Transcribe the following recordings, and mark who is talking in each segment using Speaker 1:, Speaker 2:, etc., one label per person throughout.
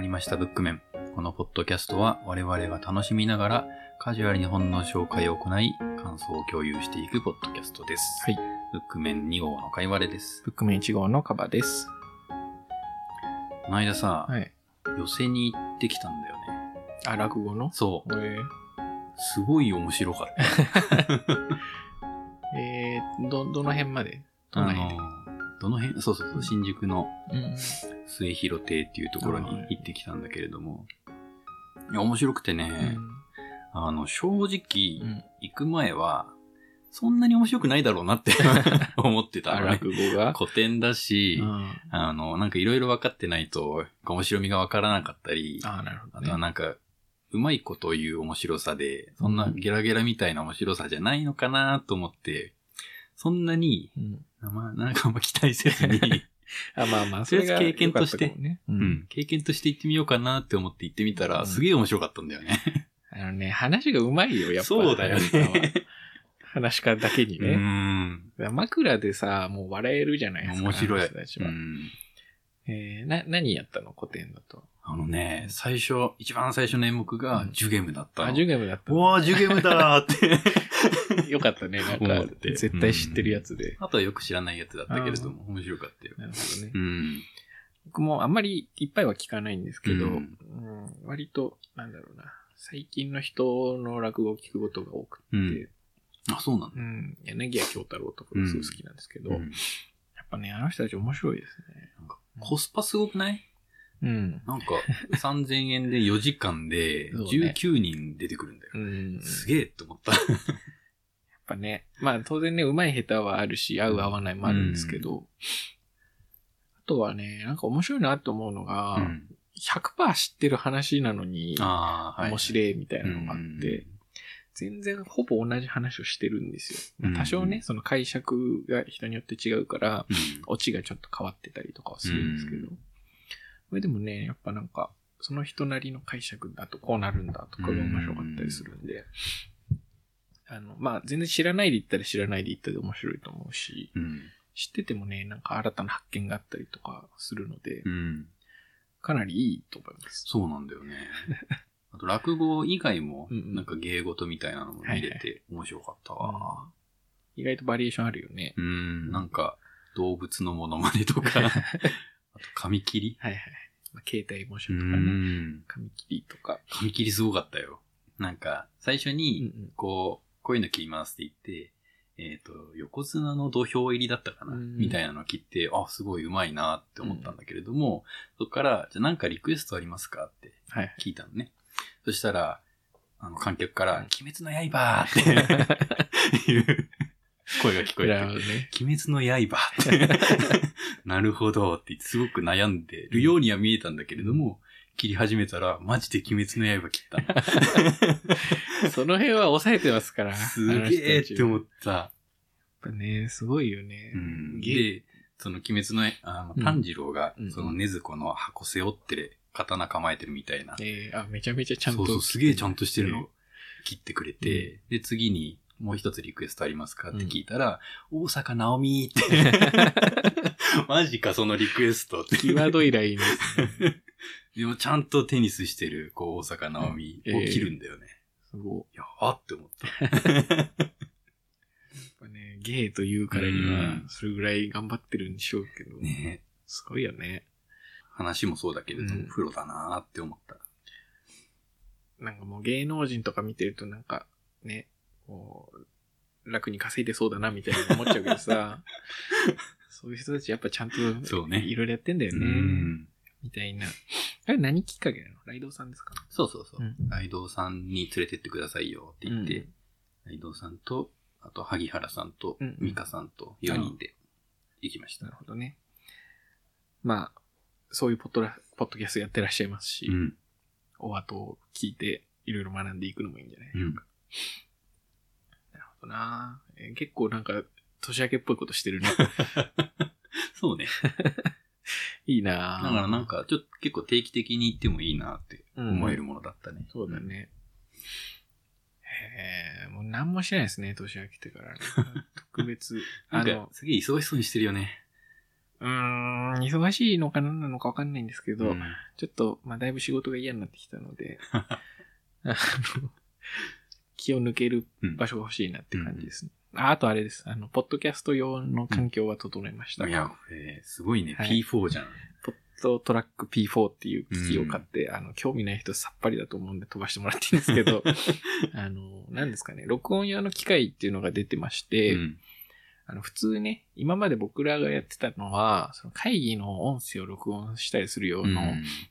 Speaker 1: りましたブックメン。このポッドキャストは我々が楽しみながらカジュアルに本の紹介を行い感想を共有していくポッドキャストです。
Speaker 2: はい。
Speaker 1: ブックメン2号のかいわれです。
Speaker 2: ブックメン1号のカバです。
Speaker 1: この間さ、
Speaker 2: はい。
Speaker 1: 寄せに行ってきたんだよね。
Speaker 2: あ、落語の
Speaker 1: そう。
Speaker 2: え
Speaker 1: すごい面白かった。
Speaker 2: ー、えー、ど、どの辺までどの
Speaker 1: あ
Speaker 2: 辺
Speaker 1: の
Speaker 2: で、
Speaker 1: どの辺そうそうそう、新宿の
Speaker 2: うん。
Speaker 1: 末広亭っていうところ
Speaker 2: あーは
Speaker 1: に
Speaker 2: い
Speaker 1: 行ってきたんだけれども、いや、面白くてね、あの、正直、
Speaker 2: うん。
Speaker 1: 行く前は、そんなに面白くないだろうな って思ってた
Speaker 2: あ、
Speaker 1: のね。
Speaker 2: 落語が
Speaker 1: 古典だし、
Speaker 2: うん
Speaker 1: あの、なんかいろいろ分かってないと、面白みが分からなかったり、あ
Speaker 2: あ、なるほど、
Speaker 1: とは
Speaker 2: ね。
Speaker 1: なんか、うまいこと言う面白さで、そんなゲラゲラみたいな面白さじゃないのかなと思って、そんなに、
Speaker 2: うん、
Speaker 1: まあ、なんかあんま期待せず に、
Speaker 2: あ、まあまあ、
Speaker 1: とりあえず
Speaker 2: が
Speaker 1: 経験として
Speaker 2: 良かったかもね。う
Speaker 1: うんん。経験として行ってみようかなって思って行ってみたら、
Speaker 2: うん
Speaker 1: すげえ面白かったんだよね。
Speaker 2: あのね、話がうまいよ、やっぱ。
Speaker 1: そうだよね
Speaker 2: あなたは。話家だけに
Speaker 1: う
Speaker 2: ね。
Speaker 1: ん。
Speaker 2: 枕でさ、もう笑えるじゃないですか。
Speaker 1: 面白い
Speaker 2: あの人たち
Speaker 1: う
Speaker 2: は
Speaker 1: ん。
Speaker 2: えー、な、何やったの古典だと。
Speaker 1: あのね、最初、一番最初の演目が
Speaker 2: うん
Speaker 1: ジュゲムだったの。
Speaker 2: あ、ジュゲムだった
Speaker 1: う
Speaker 2: の。
Speaker 1: わージュゲムだーって。
Speaker 2: よかったね。な
Speaker 1: 思
Speaker 2: ん
Speaker 1: っ
Speaker 2: か、
Speaker 1: て
Speaker 2: 絶対知ってるやつで。
Speaker 1: あとはよく知らないやつだったけれども、面白かったよ。
Speaker 2: なるほどね
Speaker 1: う。ん。
Speaker 2: 僕もあんまりいっぱいは聞かないんですけど、
Speaker 1: う
Speaker 2: うんん割と、なんだろうな、最近の人の落語を聞くことが多くて、
Speaker 1: うんあ、そうなん
Speaker 2: う
Speaker 1: だ。
Speaker 2: ん柳家京太郎とかがすごい好きなんですけど、
Speaker 1: う
Speaker 2: や
Speaker 1: ん
Speaker 2: っぱね、あの人たち面白いです
Speaker 1: コスパすごくない
Speaker 2: ね。うん。
Speaker 1: なん か、3000円で4時間で
Speaker 2: そうね
Speaker 1: 19人出てくるんだよ。
Speaker 2: うん、やっ
Speaker 1: すげえって思った。
Speaker 2: ぱね、まあ当然ね、うまい下手はあるし、合う合わないもあるんですけど、あとはね、なんか面白いなと思うのが、
Speaker 1: うん
Speaker 2: 100%知ってる話なのに、
Speaker 1: ああ、はい。
Speaker 2: 面白いみたいなのがあって、全然ほぼ同じ話をしてるんですよ。まあ
Speaker 1: うん
Speaker 2: 多少ね、その解釈が人によって違うから、
Speaker 1: うん。
Speaker 2: オチがちょっと変わってたりとかはするんですけど、
Speaker 1: う
Speaker 2: これでもね、やっぱなんか、その人なりの解釈だとこうなるんだとかが面白かったりするんで、あの、まあ、全然知らないで言ったら知らないで言ったで面白いと思うし、
Speaker 1: うん。
Speaker 2: 知っててもね、なんか新たな発見があったりとかするので
Speaker 1: う、ん。
Speaker 2: かなりいいと思います。
Speaker 1: そうなんだ よね。あと、落語以外も、
Speaker 2: うんうん
Speaker 1: なんか芸事みたいなのも見れて面白かったわ。
Speaker 2: 意外とバリエーションあるよね。
Speaker 1: うん、なんか、動物のモノマネと か、あと、紙切り
Speaker 2: はいはい。まあ、携帯模写
Speaker 1: う
Speaker 2: とかね、
Speaker 1: ん。
Speaker 2: 紙切りとか。
Speaker 1: 紙切りすごかったよ。なんか、最初
Speaker 2: うん
Speaker 1: に、
Speaker 2: うん
Speaker 1: こう、こういうの切りますって言って、えっ、と、横綱の土俵入りだったかな、
Speaker 2: うん
Speaker 1: みたいなのを切って、あ、すごいうまいなって思ったんだけれども、そこから、じゃあなんかリクエストありますかって
Speaker 2: はい。
Speaker 1: 聞いたのね。そしたら、あの、観客から、鬼滅の刃 って、いう声が聞こえて、
Speaker 2: ね。
Speaker 1: 鬼滅の刃 って、なるほどって、すごく悩んでるようには見えたんだけれども、切り始めたら、マジで鬼滅の刃切ったの。
Speaker 2: その辺は抑えてますから。
Speaker 1: すげえって思
Speaker 2: っ
Speaker 1: った。
Speaker 2: たね。すごいよね。
Speaker 1: うん
Speaker 2: ゲー
Speaker 1: で、その鬼滅の、あ
Speaker 2: う
Speaker 1: の、
Speaker 2: ん
Speaker 1: 炭治郎が
Speaker 2: う、ん
Speaker 1: その禰豆子の箱背負って、刀構えてるみたいな。
Speaker 2: えーあ、めちゃめちゃちゃんと。
Speaker 1: そうそう、すげえちゃんとしてる
Speaker 2: ね
Speaker 1: の。切ってくれて、で、次に、もう一つリクエストありますかって聞いたら、大阪直美っ て。マジか、そのリクエストって。
Speaker 2: 際どいラインですね。
Speaker 1: でもちゃんとテニスしてる、こう、大阪直美を切るんだよね。
Speaker 2: すご
Speaker 1: やばって思った。
Speaker 2: い。やっぱね、ゲーというからには
Speaker 1: う、
Speaker 2: それぐらい頑張ってるんでしょうけど。
Speaker 1: ね
Speaker 2: すごいよね。
Speaker 1: 話もそうだけれども、
Speaker 2: うん
Speaker 1: プロだなーって思った。
Speaker 2: なんかもう芸能人とか見てるとなんか、ね、こう、楽に稼いでそうだなみたいな思っちゃうけ どさ、そういう人たちやっぱちゃんと、
Speaker 1: そうね
Speaker 2: いろいろやってんだよ
Speaker 1: う
Speaker 2: ね。
Speaker 1: ん。
Speaker 2: みたいな。あれ何きっかけなのライドウさんですか
Speaker 1: そうそうそうう。
Speaker 2: ん
Speaker 1: ライドウさんに連れてってくださいよって言って、ライドウさんと、あと、萩原さんと
Speaker 2: うん、
Speaker 1: 美香さんと4人で行きました
Speaker 2: な。るほどね。まあ、そういうポッドラポッドキャストやってらっしゃいますし、
Speaker 1: うん。
Speaker 2: お後を聞いていろいろ学んでいくのもいいんじゃない、
Speaker 1: うん。
Speaker 2: なるほどな、えー結構なんか、年明けっぽいことしてるね。
Speaker 1: そうね。
Speaker 2: いいな
Speaker 1: だからなん、か、ちょっと結構定期的に行ってもいいなって
Speaker 2: うん
Speaker 1: 思える。ものだったね。
Speaker 2: そうだ
Speaker 1: ん。
Speaker 2: ね。へえ、もう何もし ないですね、年明けてからね、特別。
Speaker 1: な
Speaker 2: あ
Speaker 1: んか
Speaker 2: の、、
Speaker 1: すげえ忙しそうにしてるよね。
Speaker 2: うーん、忙しいのか何なのかわかんないんですけど、
Speaker 1: うん
Speaker 2: ちょっと、まあ、だいぶ仕事が嫌になってきた ので、あの、気を抜ける場所が欲しいなって感じですね。ああとあれです。あの、ポッドキャスト用の環境は整えました。
Speaker 1: いや、これ、すごいね。
Speaker 2: はい
Speaker 1: P4 じゃん。
Speaker 2: ポッドトラック P4 っていう機器を買って、あの、興味ない人さっぱりだと思うんで飛ばしてもらっていいんですけ ど、あの、何ですかね、録音用の機械っていうのが出てまして、
Speaker 1: うん
Speaker 2: あの、普通ね、今まで僕らがやってたのは、その会議の音声を録音したりするような、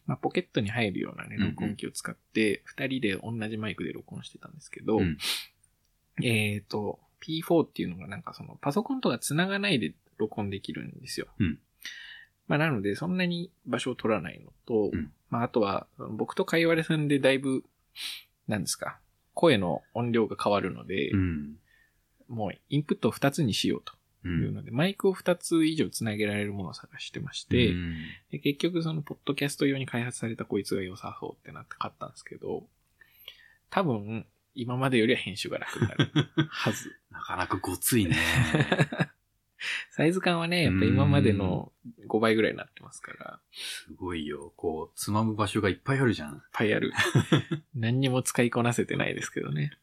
Speaker 2: まあ、ポケットに入るようなね、
Speaker 1: うんうん
Speaker 2: 録音機を使って、二人で同じマイクで録音してたんですけど、
Speaker 1: うん
Speaker 2: えっ、と、P4 っていうのがなんかその、パソコンとか繋がないで録音できるんですよ。
Speaker 1: うん
Speaker 2: まあ、なので、そんなに場所を取らないのと、
Speaker 1: うん
Speaker 2: まあ、あとは、僕とかいわれさんでだいぶ、なんですか、声の音量が変わるので、
Speaker 1: うん。
Speaker 2: もうインプットを二つにしよう
Speaker 1: う。
Speaker 2: というんので、マイクを二つ以上繋げられるものを探してまして、
Speaker 1: うん
Speaker 2: で、結局そのポッドキャスト用に開発されたこいつが良さそうってなって買ったんですけど、多分、今までよりは編集が楽にな るはず。
Speaker 1: なかなかごつ いね。
Speaker 2: サイズ感はね、やっぱ今までの5倍ぐらいになってますから、
Speaker 1: すごいよ。こう、つまむ場所がいっぱいあるじゃん
Speaker 2: いっ。ぱい ある。何にも使いこなせてないですけどね。だか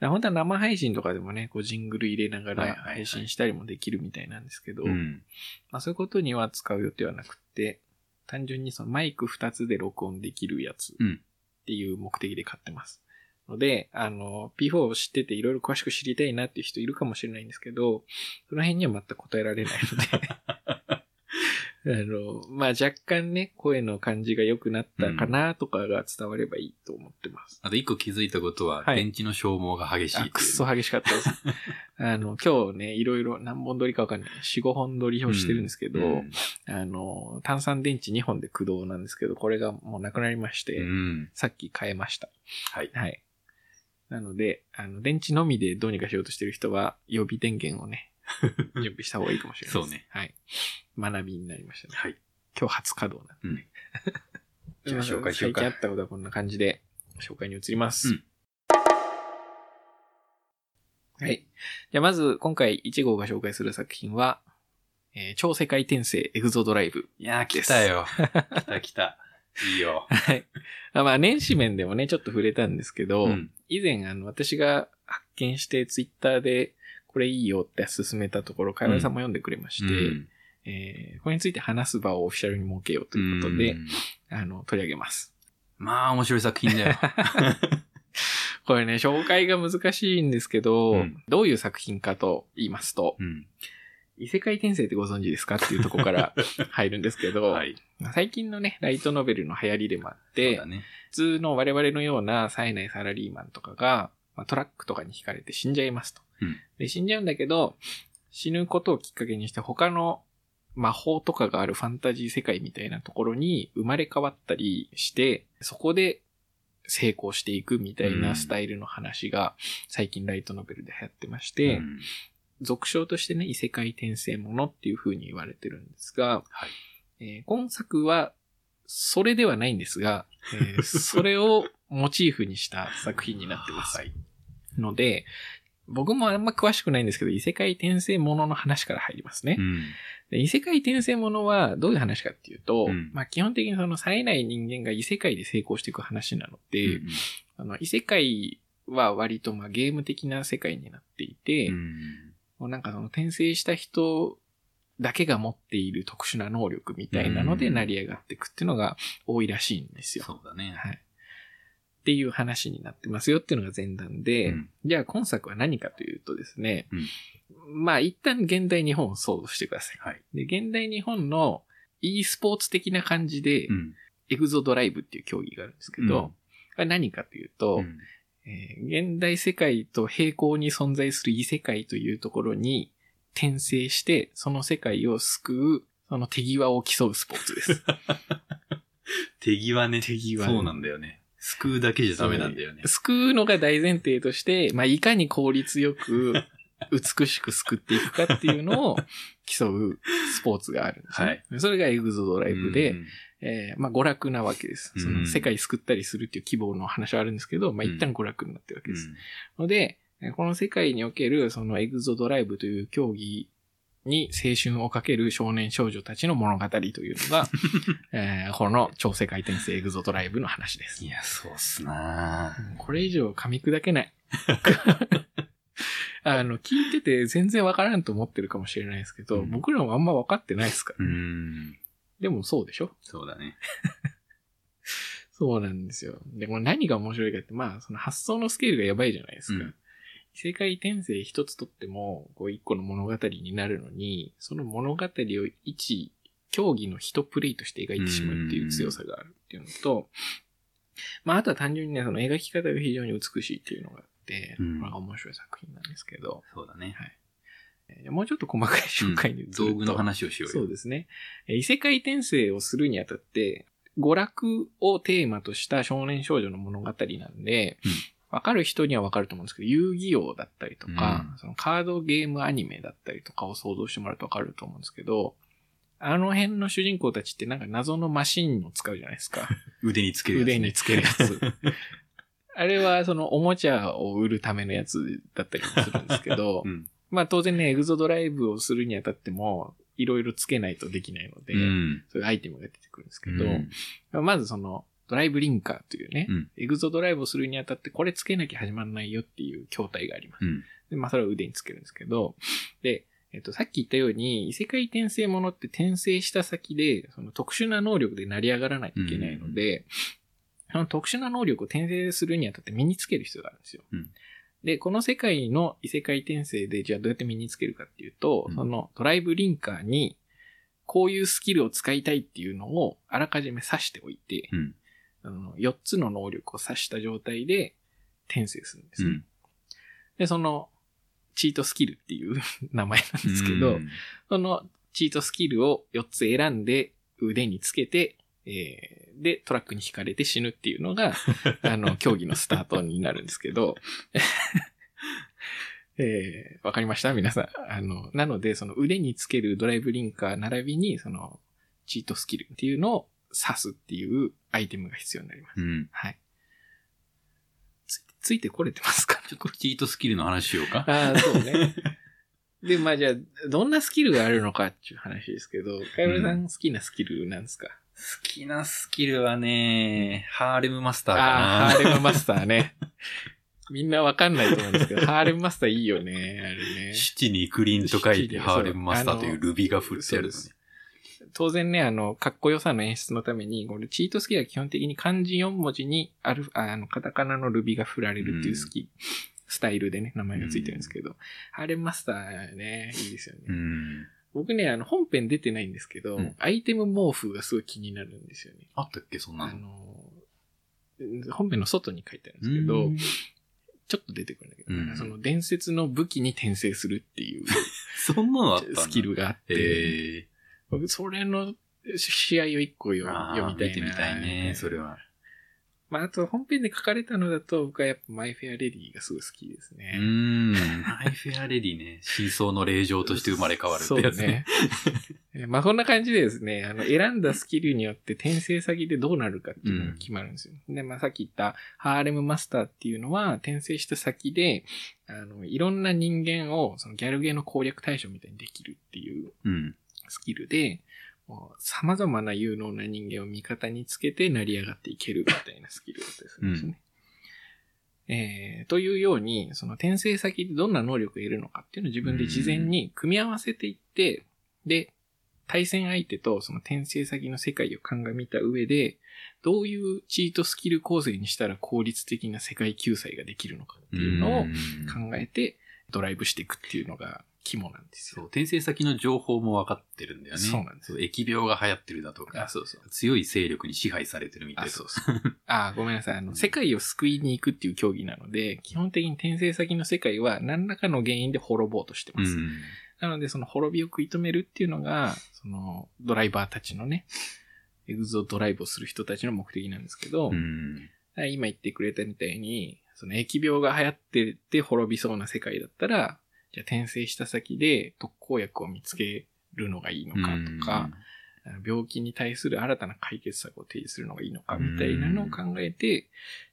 Speaker 2: ら本当は生配信とかでもね、こうジングル入れな
Speaker 1: は
Speaker 2: が
Speaker 1: い
Speaker 2: ら
Speaker 1: はいはい
Speaker 2: 配信したりもできるみたいなんですけど、
Speaker 1: うん。
Speaker 2: まあ、そういうことには使う予定はなくて、単純にそのマイク2つで録音できるやつっ
Speaker 1: うん
Speaker 2: ていう目的で買ってます。ので、あの、P4 を知ってていろいろ詳しく知りたいなっていう人いるかもしれないんですけど、その辺には全く答えられない ので、あの、まあ、若干ね、声の感じが良くなったかなとかが伝わればいいと思ってます。
Speaker 1: あと一個気づいたことは、
Speaker 2: はい
Speaker 1: 電池の消耗が激しいっていう
Speaker 2: あ、
Speaker 1: ね
Speaker 2: くっそ激しかったです。 あの、今日ね、いろいろ何本撮りかわかんない。4、5本撮りをしてるんですけど、
Speaker 1: うん
Speaker 2: あの、炭酸電池2本で駆動なんですけど、これがもうなくなりまして、
Speaker 1: うん。
Speaker 2: さっき変えました。
Speaker 1: はい。
Speaker 2: はい。なので、あの、電池のみでどうにかしようとしてる人は、予備電源を ね、準備した方がいいかもしれないです。
Speaker 1: そうね。
Speaker 2: はい。学びになりましたね。
Speaker 1: はい。
Speaker 2: 今日初稼働なんでね。
Speaker 1: じゃあ紹介しようか
Speaker 2: 最近あったことはこんな感じで、紹介に移ります。
Speaker 1: うん
Speaker 2: はい。じゃあまず、今回1号が紹介する作品は、えー超世界転生エグゾドライブ。
Speaker 1: いやー、
Speaker 2: で
Speaker 1: 来
Speaker 2: す
Speaker 1: たよ。来た来た。いいよ。
Speaker 2: はい。あまあ、年始面でもね、ちょっと触れたんですけど、
Speaker 1: うん
Speaker 2: 以前、あの、私が発見して、ツイッターで、これいいよって勧めたところ、かいわいさんも読んでくれまして、
Speaker 1: うん
Speaker 2: えーこれについて話す場をオフィシャルに設けようということで、
Speaker 1: ん
Speaker 2: あの、取り上げます。
Speaker 1: まあ、面白い作品だよ。
Speaker 2: これね、紹介が難しいんですけど、
Speaker 1: うん
Speaker 2: どういう作品かと言いますと、
Speaker 1: うん。
Speaker 2: 異世界転生ってご存知ですかっていうところから入るんですけど、
Speaker 1: はい。
Speaker 2: 最近のね、ライトノベルの流行りでもあっ
Speaker 1: そう
Speaker 2: て
Speaker 1: だ、ね。
Speaker 2: 普通の我々のような冴えないサラリーマンとかが、まあ、トラックとかに惹かれて死んじゃいますと。
Speaker 1: うん
Speaker 2: で死んじゃうんだけど、死ぬことをきっかけにして他の魔法とかがあるファンタジー世界みたいなところに生まれ変わったりして、そこで成功していくみたいうなんスタイルの話が最近ライトノベルで流行ってまし
Speaker 1: う
Speaker 2: て、
Speaker 1: ん
Speaker 2: 俗称としてね、異世界転生ものっていう風に言われてるんですが、
Speaker 1: はい
Speaker 2: えー今作は、それではないんですが、 えーそれをモチーフにした作品になってます。
Speaker 1: はい。
Speaker 2: ので、僕もあんま詳しくないんですけど、異世界転生ものの話から入りますね。
Speaker 1: うん。
Speaker 2: で異世界転生ものはどういう話かっていうと、
Speaker 1: うん
Speaker 2: まあ基本的にその冴えない人間が異世界で成功していく話なので、
Speaker 1: うん
Speaker 2: あの異世界は割とまあゲーム的な世界になっていて、
Speaker 1: うん
Speaker 2: もうなんかその転生した人だけが持っている特殊な能力みたいなので
Speaker 1: うん
Speaker 2: 成り上がっていくっていうのが多いらしいんですよ。
Speaker 1: そうだね。
Speaker 2: はい。っていう話になってますよっていうのが前段で、
Speaker 1: うん
Speaker 2: じゃあ今作は何かというとですね、
Speaker 1: うん
Speaker 2: まあ一旦現代日本を想像してください。
Speaker 1: はい。
Speaker 2: で、現代日本の e スポーツ的な感じで、
Speaker 1: うん。
Speaker 2: エグゾドライブっていう競技があるんですけど、これ何かというと、
Speaker 1: うん、
Speaker 2: えー現代世界と並行に存在する異世界というところに転生して、その世界を救う、その手際を競うスポーツです。
Speaker 1: 手際ね。
Speaker 2: 手際
Speaker 1: そうなんだよね。救うだけじゃダメなんだよね。
Speaker 2: 救うのが大前提として、まあ、いかに効率よく、美しく救っていくかっていうのを競うスポーツがあるんですね。それがエグゾドライブで、
Speaker 1: うん
Speaker 2: えーまあ、娯楽なわけです。そ
Speaker 1: うん
Speaker 2: の世界救ったりするっていう希望の話はあるんですけど、まあ、一旦娯楽になってるわけです。ので、えーこの世界におけるそのエグゾドライブという競技に青春をかける少年少女たちの物語という のが、えーこの超世界転生エグゾトライブの話です。
Speaker 1: いや、そうっすな
Speaker 2: うんこれ以上噛み砕 けない。あの、聞いてて全然わからんと思ってるかもしれないですけど、
Speaker 1: うん
Speaker 2: 僕らもあんま分かってないですから。
Speaker 1: うん。
Speaker 2: でもそうでしょ
Speaker 1: そうだね。
Speaker 2: そうなんですよ。で、も何が面白いかって、まあ、その発想のスケールがやばいじゃないですか。
Speaker 1: うん
Speaker 2: 異世界転生一つとっても、こう一個の物語になるのに、その物語を一、競技の一プレイとして描いてしまうっていう強さがあるっていうのと、まあ、あとは単純にね、その描き方が非常に美しいっていうのがあって、
Speaker 1: うん
Speaker 2: まあ面白い作品なんですけど、
Speaker 1: そうだね。
Speaker 2: えーもうちょっと細かい紹介に移ると、
Speaker 1: 道具の話をしようよ。
Speaker 2: そうですね。えー異世界転生をするにあたって、娯楽をテーマとした少年少女の物語なんで
Speaker 1: うん、
Speaker 2: わ、かる人にはわかると思うんですけど、遊戯王だったりとか、
Speaker 1: うん
Speaker 2: そのカードゲームアニメだったりとかを想像してもらうとわかると思うんですけど、あの辺の主人公たちってなんか謎のマシンを使うじゃないですか。
Speaker 1: 腕につけるやつ、ね。
Speaker 2: 腕につけるや つ。あれはそのおもちゃを売るためのやつだったりもするんですけど、
Speaker 1: うん。
Speaker 2: まあ当然ね、エグゾドライブをするにあたっても、いろいろつけないとできないので、
Speaker 1: うん。
Speaker 2: そういうアイテムが出てくるんですけど、
Speaker 1: うん
Speaker 2: まあまずその、ドライブリンカーというね、
Speaker 1: うん
Speaker 2: エグゾドライブをするにあたって、これつけなきゃ始まらないよっていう筐体があります。
Speaker 1: うん。
Speaker 2: で、まあそれを腕につけるんですけど、で、えっと、さっき言ったように、異世界転生ものって転生した先で、その特殊な能力で成り上がらないといけないので、その特殊な能力を転生するにあたって身につける必要があるんですよ。
Speaker 1: うん
Speaker 2: で、この世界の異世界転生で、じゃあどうやって身につけるかっていうと、
Speaker 1: うん
Speaker 2: そのドライブリンカーに、こういうスキルを使いたいっていうのをあらかじめ指しておいて、
Speaker 1: うん。
Speaker 2: あの4つの能力を指した状態で転生するんです
Speaker 1: う
Speaker 2: ね。
Speaker 1: ん。
Speaker 2: で、その、チートスキルっていう 名前なんですけど、
Speaker 1: うん
Speaker 2: そのチートスキルを4つ選んで、腕につけて、えーで、トラックに引かれて死ぬっていう のが、あの、競技のスタートになるんですけど、 えーわかりました皆さん。あの、なので、その腕につけるドライブリンカー並びに、その、チートスキルっていうのを刺すっていうアイテムが必要になります。
Speaker 1: うん。
Speaker 2: はい。つついてこれてますか
Speaker 1: ちょっとチートスキルの話しようか。
Speaker 2: ああ、そ うね。で、まあじゃあ、どんなスキルがあるのかっていう話ですけど、かよるさん好きなスキルなんですか、
Speaker 1: 好きなスキルはね、ハーレムマスターか
Speaker 2: ああ、
Speaker 1: な。
Speaker 2: ハーレムマスタ ーね。みんなわかんないと思うんですけど、ハーレムマスターいいよね、あれね。
Speaker 1: 七にクリンと書い
Speaker 2: 七
Speaker 1: て
Speaker 2: 輪
Speaker 1: ハーレムマスターとい
Speaker 2: そうう
Speaker 1: ルビが振ってあるのね
Speaker 2: そうで。当然ね、あの、かっこよさの演出のために、これチートスキルは基本的に漢字4文字にアルフああの、カタカナのルビが振られるっていうスキル、スタイルでね、名前がついてるんですけど、ハーレムマスターね、いいですよね。
Speaker 1: うん。
Speaker 2: 僕ね、あの、本編出てないんですけど、
Speaker 1: うん
Speaker 2: アイテム毛布がすごい気になるんですよね。
Speaker 1: あったっけ、そんな
Speaker 2: あ
Speaker 1: の。
Speaker 2: の、本編の外に書いてあるんですけど、
Speaker 1: うん
Speaker 2: ちょっと出てくるんだけど、
Speaker 1: うん
Speaker 2: その伝説の武器に転生するっ ていう
Speaker 1: そんなのあったんだ
Speaker 2: スキ。ルがあって、
Speaker 1: ええ。
Speaker 2: 僕それの試合を一個読
Speaker 1: あ
Speaker 2: 読
Speaker 1: あ
Speaker 2: み
Speaker 1: 見
Speaker 2: たいな。
Speaker 1: てみたいね、それは。
Speaker 2: まあ、あと本編で書かれたのだと、僕はやっぱマイフェアレディがすごい好きです
Speaker 1: う
Speaker 2: ね。
Speaker 1: ん。マイフェアレディね、真相の霊場として生まれ変わるってやつ
Speaker 2: そう
Speaker 1: ね
Speaker 2: ね。。えまあこんな感じでですね、あの、選んだスキルによって転生先でどうなるかっていうのが決まるんですよ。で、まあさっき言ったハーレムマスターっていうのは転生した先で、あの、いろんな人間をそのギャルゲーの攻略対象みたいにできるっていう
Speaker 1: うん。
Speaker 2: スキルで、もう様々な有能な人間を味方につけて成り上がっていけるみたいなスキルだったりするんですね。えーというように、その転生先でどんな能力を得るのかっていうのを自分で事前に組み合わせていって、で、対戦相手とその転生先の世界を鑑みた上で、どういうチートスキル構成にしたら効率的な世界救済ができるのかっていうのを
Speaker 1: ん
Speaker 2: 考えてドライブしていくっていうのが肝なんです
Speaker 1: そう、
Speaker 2: よ。
Speaker 1: 転生先の情報も分かってるんだよね。
Speaker 2: そうなんです
Speaker 1: そう疫病が流行ってるだとか、
Speaker 2: そうそう。
Speaker 1: 強い勢力に支配されてるみたい
Speaker 2: あ、
Speaker 1: な。
Speaker 2: そうそう。あ、ごめんなさい。あ
Speaker 1: う
Speaker 2: の、
Speaker 1: ん
Speaker 2: 世界を救いに行くっていう競技なので、基本的に転生先の世界は何らかの原因で滅ぼうとして
Speaker 1: う
Speaker 2: ます。
Speaker 1: ん。
Speaker 2: なので、その滅びを食い止めるっていうのが、その、ドライバーたちのね、エグゾドライブをする人たちの目的なんですけど、
Speaker 1: うん。
Speaker 2: 今言ってくれたみたいに、その疫病が流行ってて滅びそうな世界だったら、じゃあ転生した先で特効薬を見つけるのがいいのかとか、あの病気に対する新たな解決策を提示するのがいいのかみたいなのを考えて、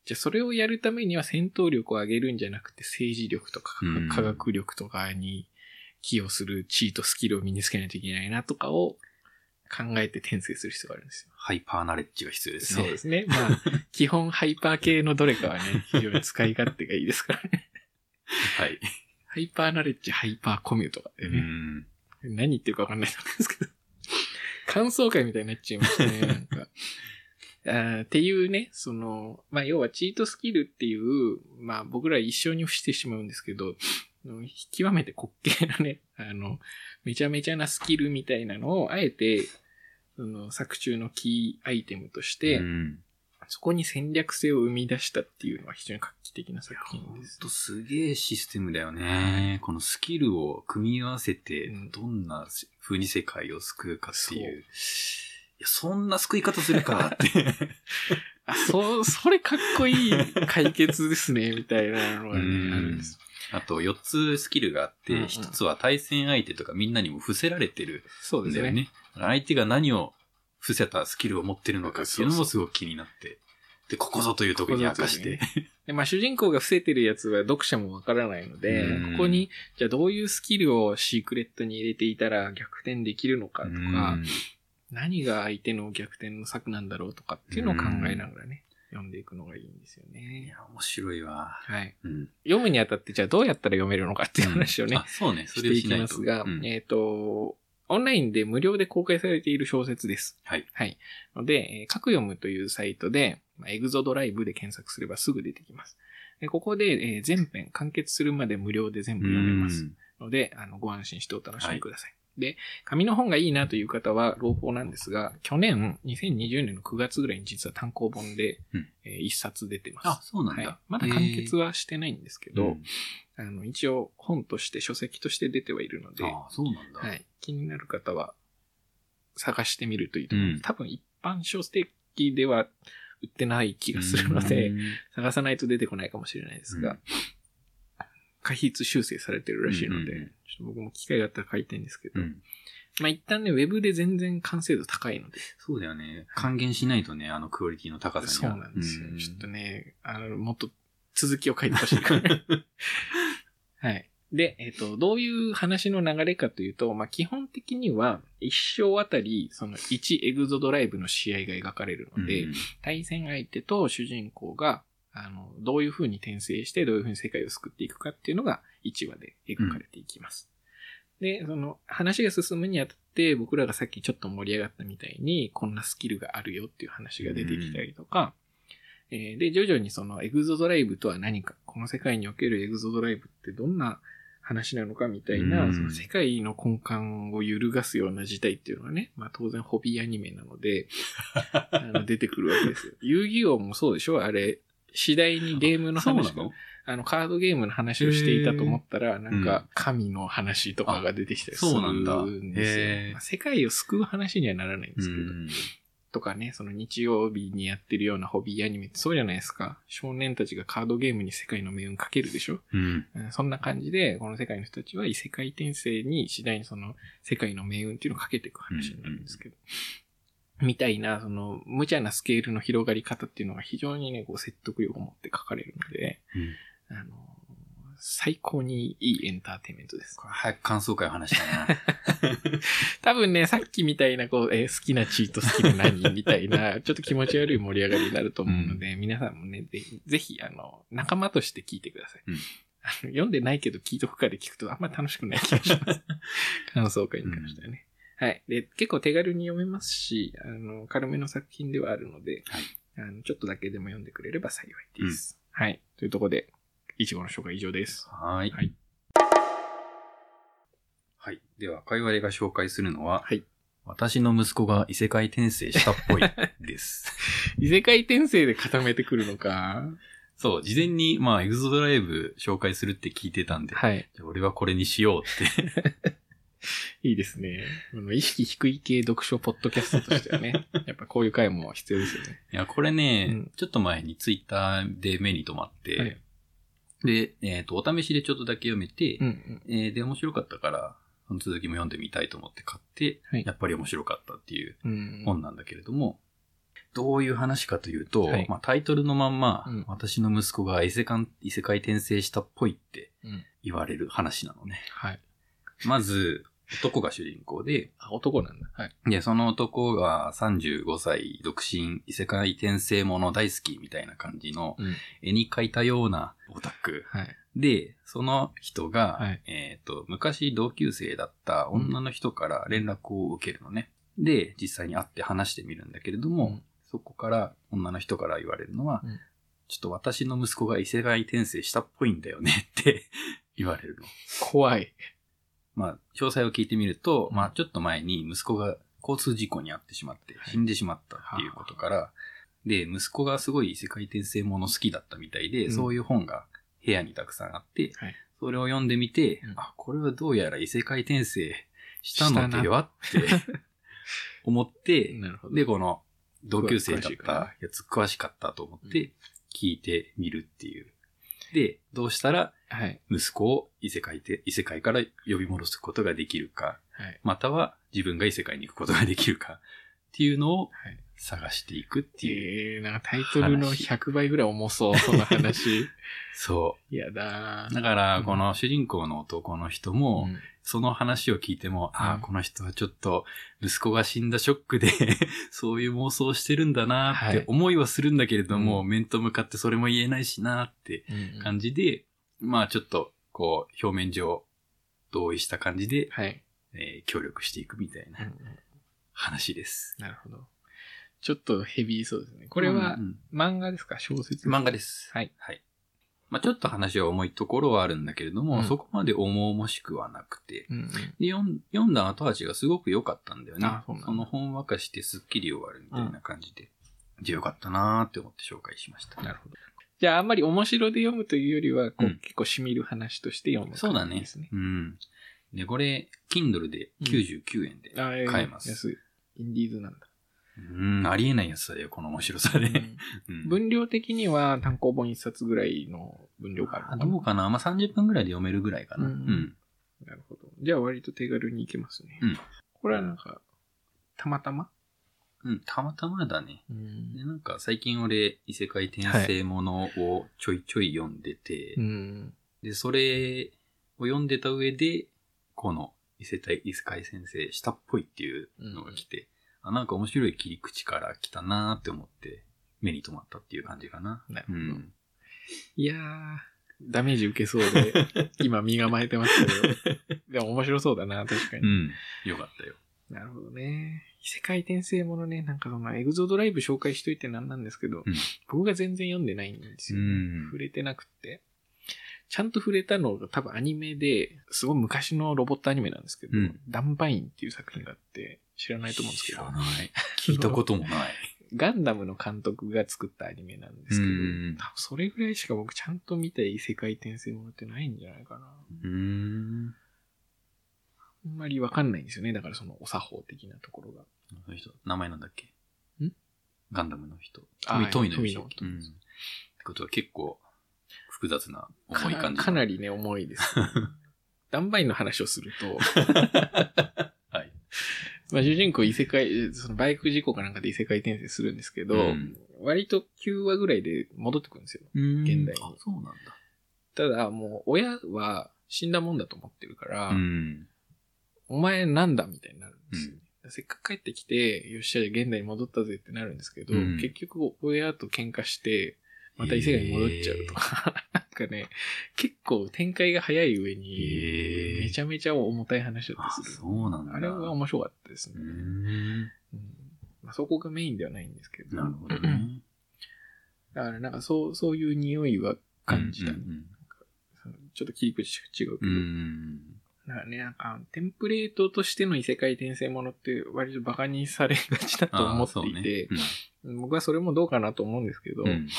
Speaker 2: じゃあそれをやるためには戦闘力を上げるんじゃなくて政治力とか
Speaker 1: うん
Speaker 2: 科学力とかに寄与する地位とスキルを身につけないといけないなとかを考えて転生する必要があるんですよ。
Speaker 1: ハイパーナレッジが必要です
Speaker 2: そう
Speaker 1: ね。
Speaker 2: ですね。 まあ、基本ハイパー系のどれかはね、非常に使い勝手がいいです からね。
Speaker 1: はい。
Speaker 2: ハイパーナレッジ、ハイパーコミュとか
Speaker 1: う
Speaker 2: でね、
Speaker 1: ん。
Speaker 2: 何言ってるかわかんないと思うんですけど、 感想会みたいになっちゃいまし たね、なんか。あーっていうね、その、まあ、要はチートスキルっていう、まあ、僕ら一生に付してしまうんですけど、あの極めて滑稽なね、 あの、めちゃめちゃなスキルみたいなのを、あえて、その、作中のキーアイテムとして、
Speaker 1: うん、
Speaker 2: そこに戦略性を生み出したっていうのは非常に画期的な作
Speaker 1: ほ
Speaker 2: 品
Speaker 1: ん
Speaker 2: です。
Speaker 1: とすげえシステムだよね。このスキルを組み合わせて
Speaker 2: うん、
Speaker 1: どんな風に世界を救うかっていう。いや、そんな救い方するかって。
Speaker 2: あ、そう、それかっこいい解決ですね、みたいなのがね、
Speaker 1: うん
Speaker 2: あるんです。
Speaker 1: あと、4つスキルがあっ
Speaker 2: うんうん
Speaker 1: て、1つは対戦相手とかみんなにも伏せられてる
Speaker 2: そうんで
Speaker 1: だ
Speaker 2: す
Speaker 1: よ
Speaker 2: ね。
Speaker 1: ね。相手が何を伏せたスキルを持ってるのかっていうのもすごく気になって。で、ここぞという時に明かして。
Speaker 2: で、まあ主人公が伏せてるやつは読者もわからないので
Speaker 1: う、ん
Speaker 2: ここに、じゃあどういうスキルをシークレットに入れていたら逆転できるのかとか、何が相手の逆転の策なんだろうとかっていうのを考えながらね、読んでいくのがいいんですよ
Speaker 1: うんい
Speaker 2: ね。
Speaker 1: や、面白いわ。
Speaker 2: はい。
Speaker 1: うん。
Speaker 2: 読むにあたって、じゃあどうやったら読めるのかっていう話をね
Speaker 1: うん、あ、そうね。そ
Speaker 2: し
Speaker 1: れ
Speaker 2: て
Speaker 1: をし
Speaker 2: いき
Speaker 1: ない
Speaker 2: ま
Speaker 1: と
Speaker 2: すが、
Speaker 1: うん
Speaker 2: えっ、と、オンラインで無料で公開されている小説です。
Speaker 1: はい。
Speaker 2: はい。ので、えー各読むというサイトで、まあエグゾドライブで検索すればすぐ出てきます。でここで、えー全編完結するまで無料で全部読めます。ので、あの、ご安心してお楽しみください。で、紙の本がいいなという方は朗報なんですが、去年、2020年の9月ぐらいに実は単行本で、
Speaker 1: うん
Speaker 2: えー一冊出てます。
Speaker 1: あ、そうなん
Speaker 2: はい
Speaker 1: だ。。
Speaker 2: まだ完結はしてないんですけ
Speaker 1: えー
Speaker 2: ど、
Speaker 1: うん
Speaker 2: あの、一応本として書籍として出てはいるので、は
Speaker 1: あ、そうなんだ。
Speaker 2: い。気になる方は探してみるといいと思います。
Speaker 1: うん
Speaker 2: 多分一般書籍では売ってない気がするので、
Speaker 1: うん
Speaker 2: 探さないと出てこないかもしれないですが、
Speaker 1: うん
Speaker 2: 過筆修正されてるらしいので、
Speaker 1: うんうんうん
Speaker 2: ちょっと僕も機会があったら買いたいんですけど、
Speaker 1: うん
Speaker 2: まあ一旦ね、ウェブで全然完成度高いので、
Speaker 1: そうだよね。還元しないとね、あのクオリティの高さに
Speaker 2: そう
Speaker 1: は
Speaker 2: なんですよ。ちょっと
Speaker 1: ね。
Speaker 2: ね、あの、もっと続きを書いてほしいから。はい。で、えっ、と、どういう話の流れかというと、まあ、基本的には、一生あたり、その1エグゾドライブの試合が描かれるので、
Speaker 1: うん
Speaker 2: 対戦相手と主人公が、あの、どういう風に転生して、どういう風に世界を救っていくかっていうのが1話で描かれていきます。で、その、話が進むにあたって、僕らがさっきちょっと盛り上がったみたいに、こんなスキルがあるよっていう話が出てきたりとか、えーで、徐々にそのエグゾドライブとは何か、この世界におけるエグゾドライブってどんな話なのかみたいな、
Speaker 1: うん
Speaker 2: その世界の根幹を揺るがすような事態っていうのはね、まあ当然ホビーアニメなので、あの出てくるわ けですよ。遊戯王もそうでしょあれ、次第にゲームの
Speaker 1: そう
Speaker 2: 話
Speaker 1: な
Speaker 2: と
Speaker 1: の
Speaker 2: あの、カードゲームの話をしていたと思ったら、なん
Speaker 1: う
Speaker 2: か、神の話とかが出てきたりす
Speaker 1: あ
Speaker 2: る
Speaker 1: そうなんだ
Speaker 2: んですよ
Speaker 1: へー
Speaker 2: まあ世界を救う話にはならないんですけど、
Speaker 1: うん
Speaker 2: とかね、その日曜日にやってるようなホビーアニメってそうじゃないですか。少年たちがカードゲームに世界の命運かけるでしょ
Speaker 1: うん。
Speaker 2: うんそんな感じで、この世界の人たちは異世界転生に次第にその世界の命運っていうのをかけていく話になるんですけど、みたいな、その無茶なスケールの広がり方っていうのが非常にね、こう説得力を持って書かれるので、
Speaker 1: うん
Speaker 2: あの、最高にいいエンターテインメントです。
Speaker 1: これ早く感想会を話したいな。
Speaker 2: 多分ね、さっきみたいな、こう、えー好きなチート、好きな何みたい な、ちょっと気持ち悪い盛り上がりになると思うので、皆さんもね、ぜひ、ぜひ、あの、仲間として聞いてください。
Speaker 1: うん
Speaker 2: あの読んでないけど聞いとくかで聞くとあんま楽しくない気がし ます。感想会に関してはね。はい。で、結構手軽に読めますし、あの、軽めの作品ではあるので、
Speaker 1: はい
Speaker 2: あのちょっとだけでも読んでくれれば幸いです。はい。というところで、いちごの紹介以上です。
Speaker 1: はい。
Speaker 2: はい。
Speaker 1: はい。では、かいわれが紹介するのは、
Speaker 2: はい
Speaker 1: 私の息子が異世界転生したっぽい です。
Speaker 2: 異世界転生で固めてくるのか。
Speaker 1: そう、事前に、まあ、エグゾドライブ紹介するって聞いてたんで、
Speaker 2: はい。
Speaker 1: じゃあ俺はこれにしよう って。
Speaker 2: いいですね。あの意識低い系読書ポッドキャストとしては ね、やっぱこういう回も必要ですよね。
Speaker 1: いや、これね、
Speaker 2: うん
Speaker 1: ちょっと前にツイッターで目に留まって、
Speaker 2: はい
Speaker 1: で、えっ、と、お試しでちょっとだけ読めて、
Speaker 2: うんうん。
Speaker 1: えーで、面白かったから、その続きも読んでみたいと思って買って、
Speaker 2: はい
Speaker 1: やっぱり面白かったっていう
Speaker 2: うん
Speaker 1: 本なんだけれども、どういう話かというと、
Speaker 2: はい
Speaker 1: まあ、タイトルのまんま、
Speaker 2: うん
Speaker 1: 私の息子が異世界異世界転生したっぽいって
Speaker 2: うん
Speaker 1: 言われる話なのね。
Speaker 2: はい。
Speaker 1: まず、男が主人公で、
Speaker 2: あ、男なんだ。はい。
Speaker 1: で、その男が35歳、独身、異世界転生もの大好きみたいな感じの、
Speaker 2: うん。
Speaker 1: 絵に描いたようなオタク。
Speaker 2: はい。
Speaker 1: で、その人が、
Speaker 2: はい
Speaker 1: えっ、と、昔同級生だった女の人から連絡を受けるのね。で、実際に会って話してみるんだけれども、
Speaker 2: うん
Speaker 1: そこから女の人から言われるのは、
Speaker 2: うん
Speaker 1: ちょっと私の息子が異世界転生したっぽいんだよねって 言われるの。
Speaker 2: 怖い。
Speaker 1: まあ、詳細を聞いてみると、
Speaker 2: うん
Speaker 1: まあ、ちょっと前に息子が交通事故に遭ってしまって、
Speaker 2: はい
Speaker 1: 死んでしまったっていうことから、で、息子がすごい異世界転生もの好きだったみたいで、
Speaker 2: うん
Speaker 1: そういう本が部屋にたくさんあって、
Speaker 2: はい
Speaker 1: それを読んでみて、
Speaker 2: うん
Speaker 1: あ、これはどうやら異世界転生したのではって 思って、
Speaker 2: なるほど。
Speaker 1: で、この同級生だっ
Speaker 2: 詳しいか
Speaker 1: た
Speaker 2: らね
Speaker 1: やつ詳しかったと思っ
Speaker 2: う
Speaker 1: て、聞いてみるっていう。で、どうしたら
Speaker 2: はい。
Speaker 1: 息子を異世界で、異世界から呼び戻すことができるか、
Speaker 2: はい。
Speaker 1: または自分が異世界に行くことができるか、っていうのを
Speaker 2: はい。
Speaker 1: 探していくっていう。
Speaker 2: えー、なんかタイトルの100倍ぐらい重そう、その話。
Speaker 1: そ
Speaker 2: やだ
Speaker 1: う。
Speaker 2: ー
Speaker 1: だから
Speaker 2: う、ん
Speaker 1: この主人公の男の人も、
Speaker 2: うん
Speaker 1: その話を聞いても、あ
Speaker 2: う
Speaker 1: あ、
Speaker 2: ん
Speaker 1: この人はちょっと、息子が死んだショックで、 そういう妄想をしてるんだなーっ
Speaker 2: はい
Speaker 1: て思いはするんだけれども、
Speaker 2: う
Speaker 1: 面と向かってそれも言えないしなーって
Speaker 2: うん
Speaker 1: 感じで、まあちょっと、こう、表面上、同意した感じで、
Speaker 2: はい。
Speaker 1: えー協力していくみたいな。話です。
Speaker 2: なるほど。ちょっとヘビーそうですね。これは
Speaker 1: うんうん
Speaker 2: 漫画ですか小説
Speaker 1: 漫画
Speaker 2: で
Speaker 1: です。
Speaker 2: はい。
Speaker 1: はい。まあちょっと話は重いところはあるんだけれども、
Speaker 2: うん
Speaker 1: そこまで重々しくはなくて、
Speaker 2: す。うんうん。
Speaker 1: で読ん読んだ後味がすごく良かったんだよね
Speaker 2: あ。そうなんだ
Speaker 1: のほんわかしてスッキリ終わるみたいな感じで。で、良かったなーって思って紹介しました。
Speaker 2: なるほど。じゃあ、あんまり面白で読むというよりは、こ
Speaker 1: う
Speaker 2: うん結構しみる話として読む
Speaker 1: そうだ
Speaker 2: 感じ
Speaker 1: ね
Speaker 2: ですね。。
Speaker 1: うん。で、これ、Kindle で99円で。
Speaker 2: あー
Speaker 1: 買えます
Speaker 2: 安い。インディーズなんだ。
Speaker 1: うん、ありえないやつだよ、この面白さで。うん
Speaker 2: 分量的には単行本一冊ぐらいの分量があるの
Speaker 1: あ
Speaker 2: かな
Speaker 1: どうかなまあ、30分ぐらいで読めるぐらいかな。
Speaker 2: う
Speaker 1: うんん。
Speaker 2: なるほど。じゃあ割と手軽にいけますね。
Speaker 1: うん
Speaker 2: これはなんか、たまたま
Speaker 1: うん、たまたまだね。
Speaker 2: う
Speaker 1: で、
Speaker 2: ん。
Speaker 1: なんか最近俺、異世界転生ものをちょいちょい読んでて、で、それを読んでた上で、この異世界異世界転生したっぽいっていうのが来て、あ、なんか面白い切り口から来たなーって思って、目に留まったっていう感じかな。
Speaker 2: なる
Speaker 1: う
Speaker 2: ほど。
Speaker 1: ん。
Speaker 2: いやー、ダメージ受けそうで、 今身構えてますけど。でも面白そうだな、確か
Speaker 1: う
Speaker 2: に。
Speaker 1: ん。よかったよ。
Speaker 2: なるほどね。異世界転生ものね、なんかそのエグゾドライブ紹介しといてなんなんですけど、
Speaker 1: うん
Speaker 2: 僕が全然読んでないんです
Speaker 1: う
Speaker 2: よね。
Speaker 1: ん
Speaker 2: 触。れてなくて。ちゃんと触れたのが多分アニメで、すごい昔のロボットアニメなんですけど、
Speaker 1: うん
Speaker 2: ダンバインっていう作品があって、知らないと思うんですけ
Speaker 1: 知
Speaker 2: ど
Speaker 1: ら、ない。聞いたこともない。
Speaker 2: ガンダムの監督が作ったアニメなんですけど、
Speaker 1: うん
Speaker 2: 多分それぐらいしか僕ちゃんと見た異世界転生ものってないんじゃないかな。
Speaker 1: うーん。
Speaker 2: あんまりわかんないんですよね。だからそのお作法的なところが。
Speaker 1: あの人、名前なんだっけ
Speaker 2: ん
Speaker 1: ガンダムの人。
Speaker 2: あはい
Speaker 1: 富野由悠
Speaker 2: 富
Speaker 1: 季。
Speaker 2: 野
Speaker 1: うん。ってことは結構複雑な重い
Speaker 2: か
Speaker 1: 感じ。
Speaker 2: かなりね、重いです、ね。ダンバインの話をすると、
Speaker 1: はい。
Speaker 2: まあ、主人公異世界、そのバイク事故かなんかで異世界転生するんですけど、
Speaker 1: うん
Speaker 2: 割と9話ぐらいで戻ってくるんですよ。現代に
Speaker 1: あ、そうなんだ。
Speaker 2: ただ、もう親は死んだもんだと思ってるから、
Speaker 1: うん。
Speaker 2: お前なんだみたいになるんですよね。せっかく帰ってきて、よっしゃ、現代に戻ったぜってなるんですけど、
Speaker 1: うん
Speaker 2: 結局親と喧嘩して、また異世界に戻っちゃうとか、なんかね、結構展開が早い上
Speaker 1: へ
Speaker 2: に、
Speaker 1: え。
Speaker 2: めちゃめちゃ重たい話だ
Speaker 1: あ
Speaker 2: った、りする。
Speaker 1: そうなんだ。
Speaker 2: あれは面白かったです
Speaker 1: う
Speaker 2: ね。
Speaker 1: ん。
Speaker 2: うんまあ、そこがメインではないんですけど。
Speaker 1: なるほどね。
Speaker 2: だからなんかそう、そういう匂いは感じた、
Speaker 1: うんうん
Speaker 2: そのちょっと切り口が違うけ
Speaker 1: う
Speaker 2: ど。
Speaker 1: ん。
Speaker 2: だからね、なんか、テンプレートとしての異世界転生ものって割とバカにされがちだと思
Speaker 1: あー
Speaker 2: って
Speaker 1: そう
Speaker 2: い
Speaker 1: ね
Speaker 2: て、僕はそれもどうかなと思うんですけど、
Speaker 1: う
Speaker 2: うん、
Speaker 1: うんん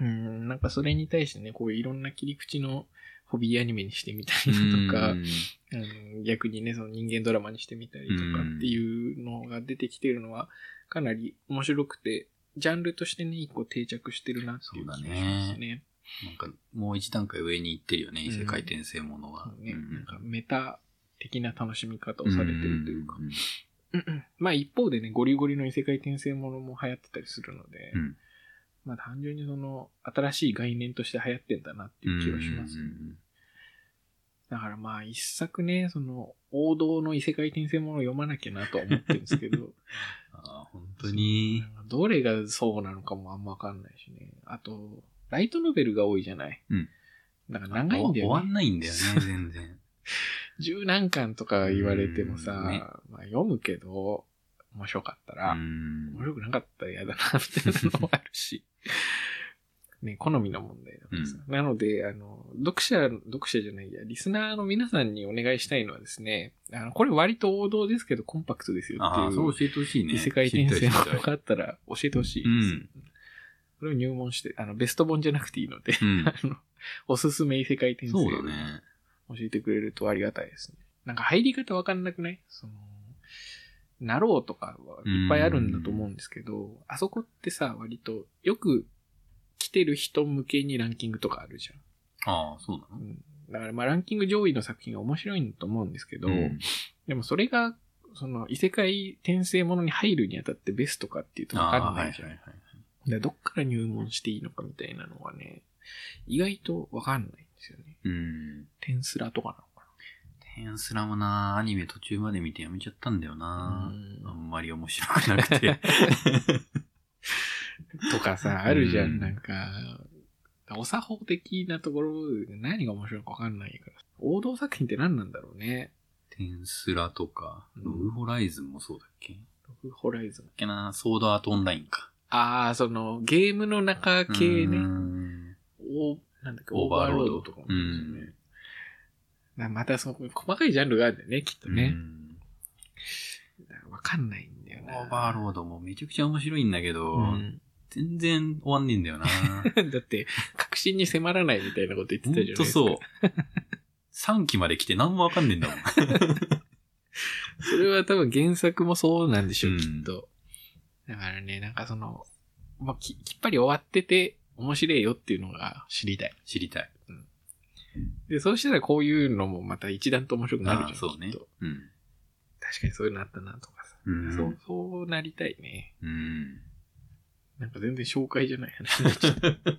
Speaker 2: なんかそれに対してね、こういろんな切り口のホビーアニメにしてみたりだとか、
Speaker 1: うん
Speaker 2: うん逆にね、その人間ドラマにしてみたりとかっていうのが出てきてるのは、かなり面白くて、ジャンルとしてね、一個定着してるなっていう気がしますね。
Speaker 1: なんか、もう一段階上に行ってるよね、異世界転生もの
Speaker 2: そ
Speaker 1: は。
Speaker 2: うね
Speaker 1: うん
Speaker 2: なんかメタ的な楽しみ方をされてるというか。
Speaker 1: んん
Speaker 2: うんまあ一方でね、ゴリゴリの異世界転生ものも流行ってたりするので、
Speaker 1: うん
Speaker 2: まあ単純にその新しい概念として流行ってんだなっていう気はします。
Speaker 1: うん
Speaker 2: だからまあ一作ね、その王道の異世界転生ものを読まなきゃなとは思ってるんです けど、
Speaker 1: ああ、本当に。
Speaker 2: どれがそうなのかもあんまわかんないしね。あと、ライトノベルが多いじゃない。
Speaker 1: うん。
Speaker 2: だから長いんだよね。
Speaker 1: 終わんないんだよね、全 然。
Speaker 2: 十何巻とか言われてもさ、
Speaker 1: うんね
Speaker 2: まあ読むけど、面白かったら、
Speaker 1: うん
Speaker 2: 面白くなかったら嫌だな、みたいなのもある し。ね、好みの問題だからさ。なので、あの、読者、読者じゃないや、リスナーの皆さんにお願いしたいのはですね、あの、これ割と王道ですけどコンパクトですよって
Speaker 1: ああ、
Speaker 2: い
Speaker 1: そう
Speaker 2: う、
Speaker 1: 教えてほしいね。
Speaker 2: 異世界転
Speaker 1: 知
Speaker 2: 生
Speaker 1: りたい知
Speaker 2: の
Speaker 1: りたい
Speaker 2: があったら教えてほしいで
Speaker 1: う
Speaker 2: す。
Speaker 1: ん。
Speaker 2: これを入門して、あの、ベスト本じゃなくていいので、
Speaker 1: うん。
Speaker 2: あの、おすすめ異世界転生
Speaker 1: そうだね。
Speaker 2: 教えてくれるとありがたいですね。なんか入り方わかんなくないその、なろうとかはいっぱいあるんだと思うんですけど、あそこってさ、割とよく来てる人向けにランキングとかあるじ
Speaker 1: ああ、そう
Speaker 2: ゃ。
Speaker 1: なん
Speaker 2: う
Speaker 1: の
Speaker 2: ん、だからまあランキング上位の作品が面白いんだと思うんですけど、
Speaker 1: ん
Speaker 2: でもそれが、その異世界転生ものに入るにあたってベストかっていうとわ
Speaker 1: あ
Speaker 2: か
Speaker 1: あ、
Speaker 2: ん
Speaker 1: は
Speaker 2: ないいじ
Speaker 1: は
Speaker 2: ゃ
Speaker 1: い
Speaker 2: ん。
Speaker 1: はい。
Speaker 2: でどっから入門していいのかみたいなのはね、意外とわかんないんですよね。
Speaker 1: うん。
Speaker 2: テンスラとかなのか
Speaker 1: テンスラもな、アニメ途中まで見てやめちゃったんだよ
Speaker 2: な
Speaker 1: な。。あ
Speaker 2: うん
Speaker 1: んまり面白くなくて。
Speaker 2: とかさ、あるじゃ
Speaker 1: うん
Speaker 2: ん、なんか、お作法的なところ、何が面白いのかわかんないから。王道作品って何なんだろうね。
Speaker 1: テンスラとか、
Speaker 2: うん
Speaker 1: ログホライズンもそうだっけだ
Speaker 2: ログホライズン
Speaker 1: っ。けな、ソードアートオンラインか。
Speaker 2: ああ、その、ゲームの中系
Speaker 1: う
Speaker 2: ね。
Speaker 1: ん
Speaker 2: おなんだっけ、
Speaker 1: オ
Speaker 2: オ
Speaker 1: ー
Speaker 2: ー
Speaker 1: バー
Speaker 2: バー
Speaker 1: ロ
Speaker 2: ロ
Speaker 1: ー
Speaker 2: ー
Speaker 1: ド
Speaker 2: ド
Speaker 1: と
Speaker 2: と
Speaker 1: か
Speaker 2: か
Speaker 1: も
Speaker 2: も
Speaker 1: そ
Speaker 2: そ
Speaker 1: でよ
Speaker 2: ううですすよ
Speaker 1: ね
Speaker 2: ね。なまたその、細かいジャンルがあるんだよね、きっと
Speaker 1: う
Speaker 2: ね。
Speaker 1: ん
Speaker 2: だからわかんないんだよな。
Speaker 1: オーバーロードもめちゃくちゃ面白いんだけど、
Speaker 2: うん
Speaker 1: 全然終わんねえんだよ な。
Speaker 2: だって、確信に迫らないみたいなこと言って
Speaker 1: ほ
Speaker 2: た
Speaker 1: ん
Speaker 2: じゃない
Speaker 1: と
Speaker 2: ですか。
Speaker 1: そう。3期まで来て何もわかんねえんだ もん。
Speaker 2: それは多分原作もそうなんでしょう、
Speaker 1: うん
Speaker 2: きっと。だからね、なんかその、まあ、ききっぱり終わってて面白いよっていうのが知りたい。
Speaker 1: 知りたい。
Speaker 2: で、そうしたらこういうのもまた一段と面白くなる
Speaker 1: あ
Speaker 2: じ
Speaker 1: あ
Speaker 2: ゃん。
Speaker 1: そうね
Speaker 2: きっと。
Speaker 1: うん。
Speaker 2: 確かにそういうのあったなとかさ。
Speaker 1: うん
Speaker 2: そう、そうなりたいね。
Speaker 1: うん。
Speaker 2: なんか全然紹介じゃない話になっち ゃった。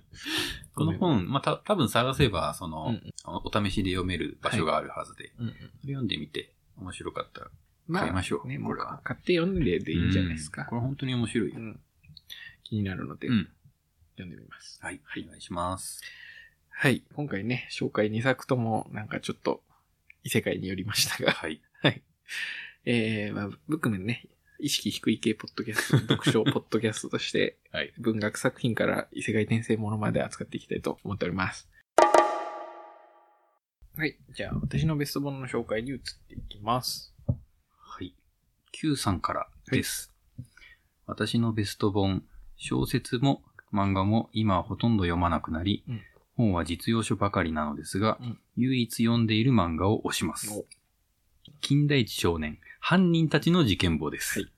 Speaker 1: この本、まあ、た、多分探せば、その、
Speaker 2: うんうん
Speaker 1: おお試しで読める場所があるはずで、
Speaker 2: うんうん
Speaker 1: それ読んでみて、面白かったら
Speaker 2: ま
Speaker 1: 買いま
Speaker 2: あ、
Speaker 1: しょう。
Speaker 2: ね、も
Speaker 1: こ
Speaker 2: う
Speaker 1: れは。
Speaker 2: 買って読んででいいんじゃないです
Speaker 1: うん
Speaker 2: か
Speaker 1: こ。れ本当に面白いよ
Speaker 2: う。ん。気になるので、
Speaker 1: うん
Speaker 2: 読んでみます。
Speaker 1: はい。お願いし ます。
Speaker 2: はい。今回ね、紹介2作とも、なんかちょっと、異世界によりましたが、
Speaker 1: はい。
Speaker 2: えー、まあ、ブックメンね、意識低い系ポッドキャスト、 読書ポッドキャストとして、
Speaker 1: はい
Speaker 2: 文学作品から異世界転生ものまで扱っていきたいと思っております。はい。じゃあ、私のベスト本の紹介に移っていきます。
Speaker 1: はい。Q さんからです。私のベスト本、小説も漫画も今はほとんど読まなくなり、
Speaker 2: うん
Speaker 1: 本は実用書ばかりなのですが、
Speaker 2: うん
Speaker 1: 唯一読んでいる漫画を推します
Speaker 2: お。
Speaker 1: 近代一少年、犯人たちの事件簿です。
Speaker 2: はい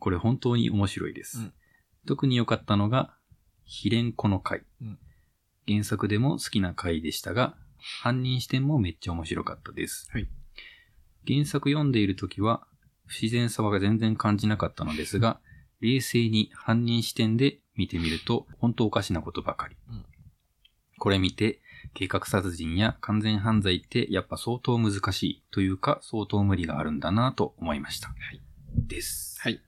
Speaker 1: これ本当に面白いです。
Speaker 2: うん
Speaker 1: 特に良かったのが、秘伝この回。
Speaker 2: うん
Speaker 1: 原作でも好きな回でしたが、犯人視点もめっちゃ面白かったです。
Speaker 2: はい
Speaker 1: 原作読んでいるときは、不自然さが全然感じなかったのですが、冷静に犯人視点で見てみると、本当おかしなことばかり。
Speaker 2: うん
Speaker 1: これ見て、計画殺人や完全犯罪ってやっぱ相当難しいというか、相当無理があるんだなと思いました。
Speaker 2: はい
Speaker 1: です。
Speaker 2: はい。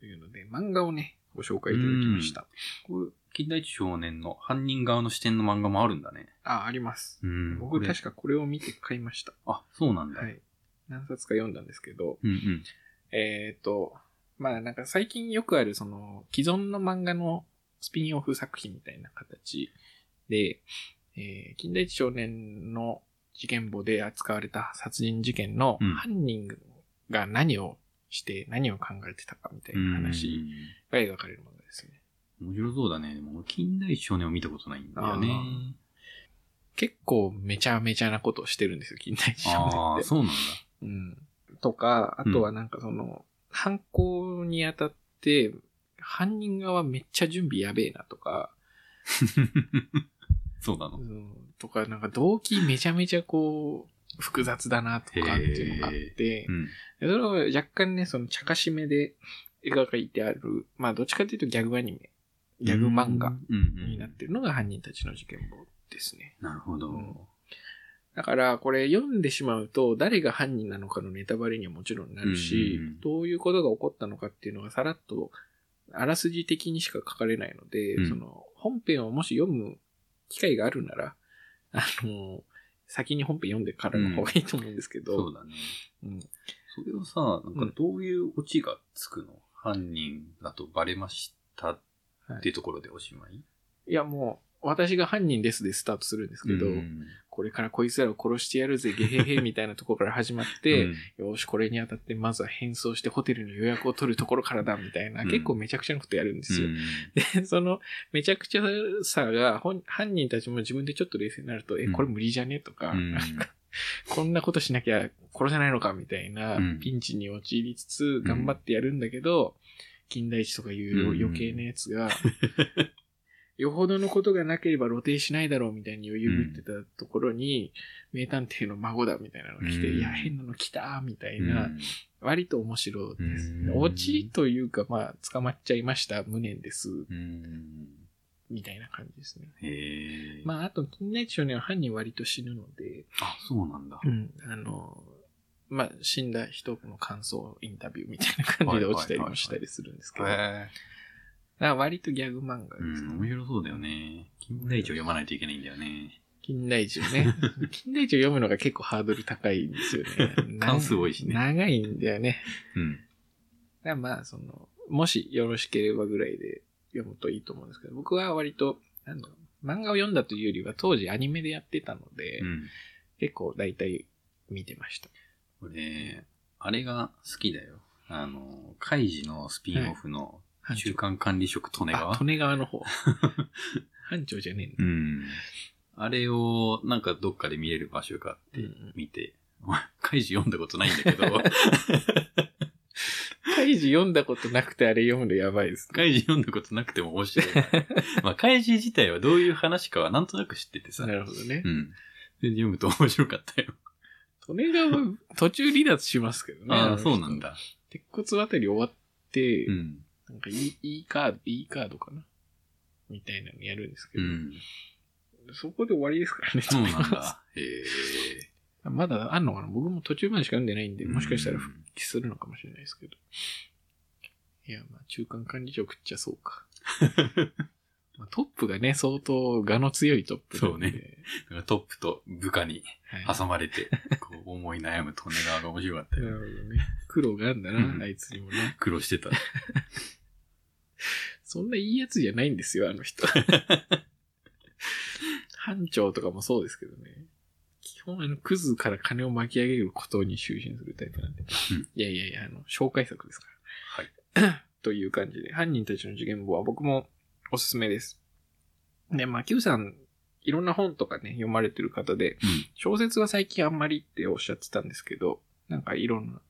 Speaker 2: というので、漫画をね、ご紹介いただきました。
Speaker 1: これ近代一少年の犯人側の視点の漫画もあるんだね。
Speaker 2: あ、あります。
Speaker 1: うん。
Speaker 2: 僕、
Speaker 1: これ
Speaker 2: 確かこれを見て買いました。
Speaker 1: あ、そうなんだ。
Speaker 2: はい。何冊か読んだんですけど、
Speaker 1: うんうん。
Speaker 2: えっ、と、まあなんか最近よくあるその既存の漫画のスピンオフ作品みたいな形で、えー近代一少年の事件簿で扱われた殺人事件の
Speaker 1: うん
Speaker 2: 犯人が何をして何を考えてたかみたいな話が描かれるものですね。
Speaker 1: うん。面白そうだね。でも、近代一少年を見たことないんだよね。
Speaker 2: 結構めちゃめちゃなことをしてるんですよ、近代一少
Speaker 1: あ
Speaker 2: 年
Speaker 1: あ、
Speaker 2: って。
Speaker 1: そうなんだ。
Speaker 2: うん、とか、あとはなんかその、犯行にあたって犯人側めっちゃ準備やべえなとか、
Speaker 1: そうなの
Speaker 2: う。んとか、なんか動機めちゃめちゃこう、複雑だなとかっていうのがあって
Speaker 1: う、ん。
Speaker 2: でそれは若干ね、その茶化しめで描いてある、まあどっちかというとギャグアニメ、ギャグ漫画
Speaker 1: うんうん
Speaker 2: になってるのが犯人たちの事件簿ですね。
Speaker 1: なるほど。
Speaker 2: うんだから、これ読んでしまうと、誰が犯人なのかのネタバレにはもちろんなるし、
Speaker 1: うんうんうん
Speaker 2: どういうことが起こったのかっていうのがさらっと、あらすじ的にしか書かれないので、
Speaker 1: うん
Speaker 2: その、本編をもし読む機会があるなら、あの、先に本編読んでからの方がいいと思うんですけ
Speaker 1: そ
Speaker 2: ど、
Speaker 1: うだね。
Speaker 2: うん
Speaker 1: それをさ、なんかどういうオチがつくの、犯人だとバレましたっていうところでおしまい、
Speaker 2: いやもう、私が犯人ですでスタートするんですけど、
Speaker 1: うん
Speaker 2: これからこいつらを殺してやるぜ、ゲヘヘみたいなところから始まって、
Speaker 1: うん
Speaker 2: よし、これにあたって、まずは変装してホテルの予約を取るところからだ、みたいな、
Speaker 1: うん
Speaker 2: 結構めちゃくちゃなことやるんですよ
Speaker 1: う。ん
Speaker 2: で、 その、めちゃくちゃさが、本犯人たちも自分でちょっと冷静になると、え、
Speaker 1: うん
Speaker 2: これ無理じゃねとか、
Speaker 1: うん
Speaker 2: なんかこんなことしなきゃ殺せないのか、みたいな
Speaker 1: うん、
Speaker 2: ピンチに陥りつつ、頑張ってやるんだけど、金田一とかいう
Speaker 1: うん
Speaker 2: 余計なや つが、よほどのことがなければ露呈しないだろうみたいに余裕ぶってたところに、名探偵の孫だみたいなのが来て、
Speaker 1: うん
Speaker 2: いや、変なの来たみたいうな、
Speaker 1: ん
Speaker 2: 割と面白いですね。
Speaker 1: うん
Speaker 2: 落ちというか、まあ、捕まっちゃいました、無念です、
Speaker 1: うん
Speaker 2: みたいな感じですね。
Speaker 1: へえ。
Speaker 2: まあ、あと、金田一少年は犯人割と死ぬので、
Speaker 1: あ、そうなんだ。
Speaker 2: あの、まあ、死んだ人の感想、インタビューみたいな感じで落ちたりもしたりするんですけど、だか
Speaker 1: へ
Speaker 2: ら割とギャグ漫画
Speaker 1: え。う
Speaker 2: ですね。
Speaker 1: ん、面白そうだよね。金田一を読まないといけないんだよね。
Speaker 2: 金田一をね。 金田一を読むのが結構ハードル高いんですよね。
Speaker 1: 関数多いしね
Speaker 2: 長いんだよね。
Speaker 1: うん。
Speaker 2: だからまあ、その、もしよろしければぐらいで読むといいと思うんですけど、僕は割と、なんだろう、漫画を読んだというよりは当時アニメでやってたので、
Speaker 1: うん。
Speaker 2: 結構大体見てました。
Speaker 1: 俺、あれが好きだよ。あの、カイジのスピンオフの
Speaker 2: 班
Speaker 1: 中
Speaker 2: 長。
Speaker 1: 間管理職利根
Speaker 2: あ、
Speaker 1: 川
Speaker 2: 利。根川 の方。班長じゃねえ
Speaker 1: うん
Speaker 2: だ。
Speaker 1: ん。あれを、なんかどっかで見れる場所があって
Speaker 2: うん、
Speaker 1: 見て、 お前カイジ読んだことないんだけど、
Speaker 2: カイジ読んだことなくてあれ読むのやばいですね。
Speaker 1: カイジ読んだことなくても面白いな。まあ、カイジ自体はどういう話かはなんとなく知っててさ、
Speaker 2: な
Speaker 1: う
Speaker 2: るほどね。
Speaker 1: ん。で読むと面白かったよ。
Speaker 2: 利根川、途中離脱しますけどね。
Speaker 1: あ
Speaker 2: の
Speaker 1: あ、
Speaker 2: 人
Speaker 1: そうなん。だ。
Speaker 2: 鉄骨あたり終わって、
Speaker 1: うん。
Speaker 2: なんか E, e カード、E カードかなみたいなのやるんですけ
Speaker 1: う
Speaker 2: ど、
Speaker 1: ん。
Speaker 2: そこで終わりですからね、
Speaker 1: そうなん
Speaker 2: と思いま
Speaker 1: だ。へえ。
Speaker 2: す。まだあんのかな僕も途中までしか読んでないんで、もしかしたら
Speaker 1: うん
Speaker 2: 復帰するのかもしれないですけど。いや、まあ、中間管理職っちゃそう か。まあトップがね、相当、がの強いトップなんで
Speaker 1: そうだからトップと部下に
Speaker 2: はい
Speaker 1: 挟まれて、こう思い悩む利根川が面白かった
Speaker 2: なる
Speaker 1: よ。
Speaker 2: ほどね。苦労があるんだ
Speaker 1: うん
Speaker 2: な、あいつにもね。
Speaker 1: 苦労してた。
Speaker 2: そんないいやつじゃないんですよ、あ の人。班長とかもそうですけどね。基本、あの、クズから金を巻き上げることに就寝するタイプなんで。
Speaker 1: うん
Speaker 2: いやいやいや、あの、紹介作ですから。
Speaker 1: はい。
Speaker 2: という感じで、犯人たちの事件簿は僕もおすすめです。で、まあ、Q さん、いろんな本とかね、読まれてる方で、
Speaker 1: うん
Speaker 2: 小説は最近あんまりっておっしゃってたんですけど、なんかいろんな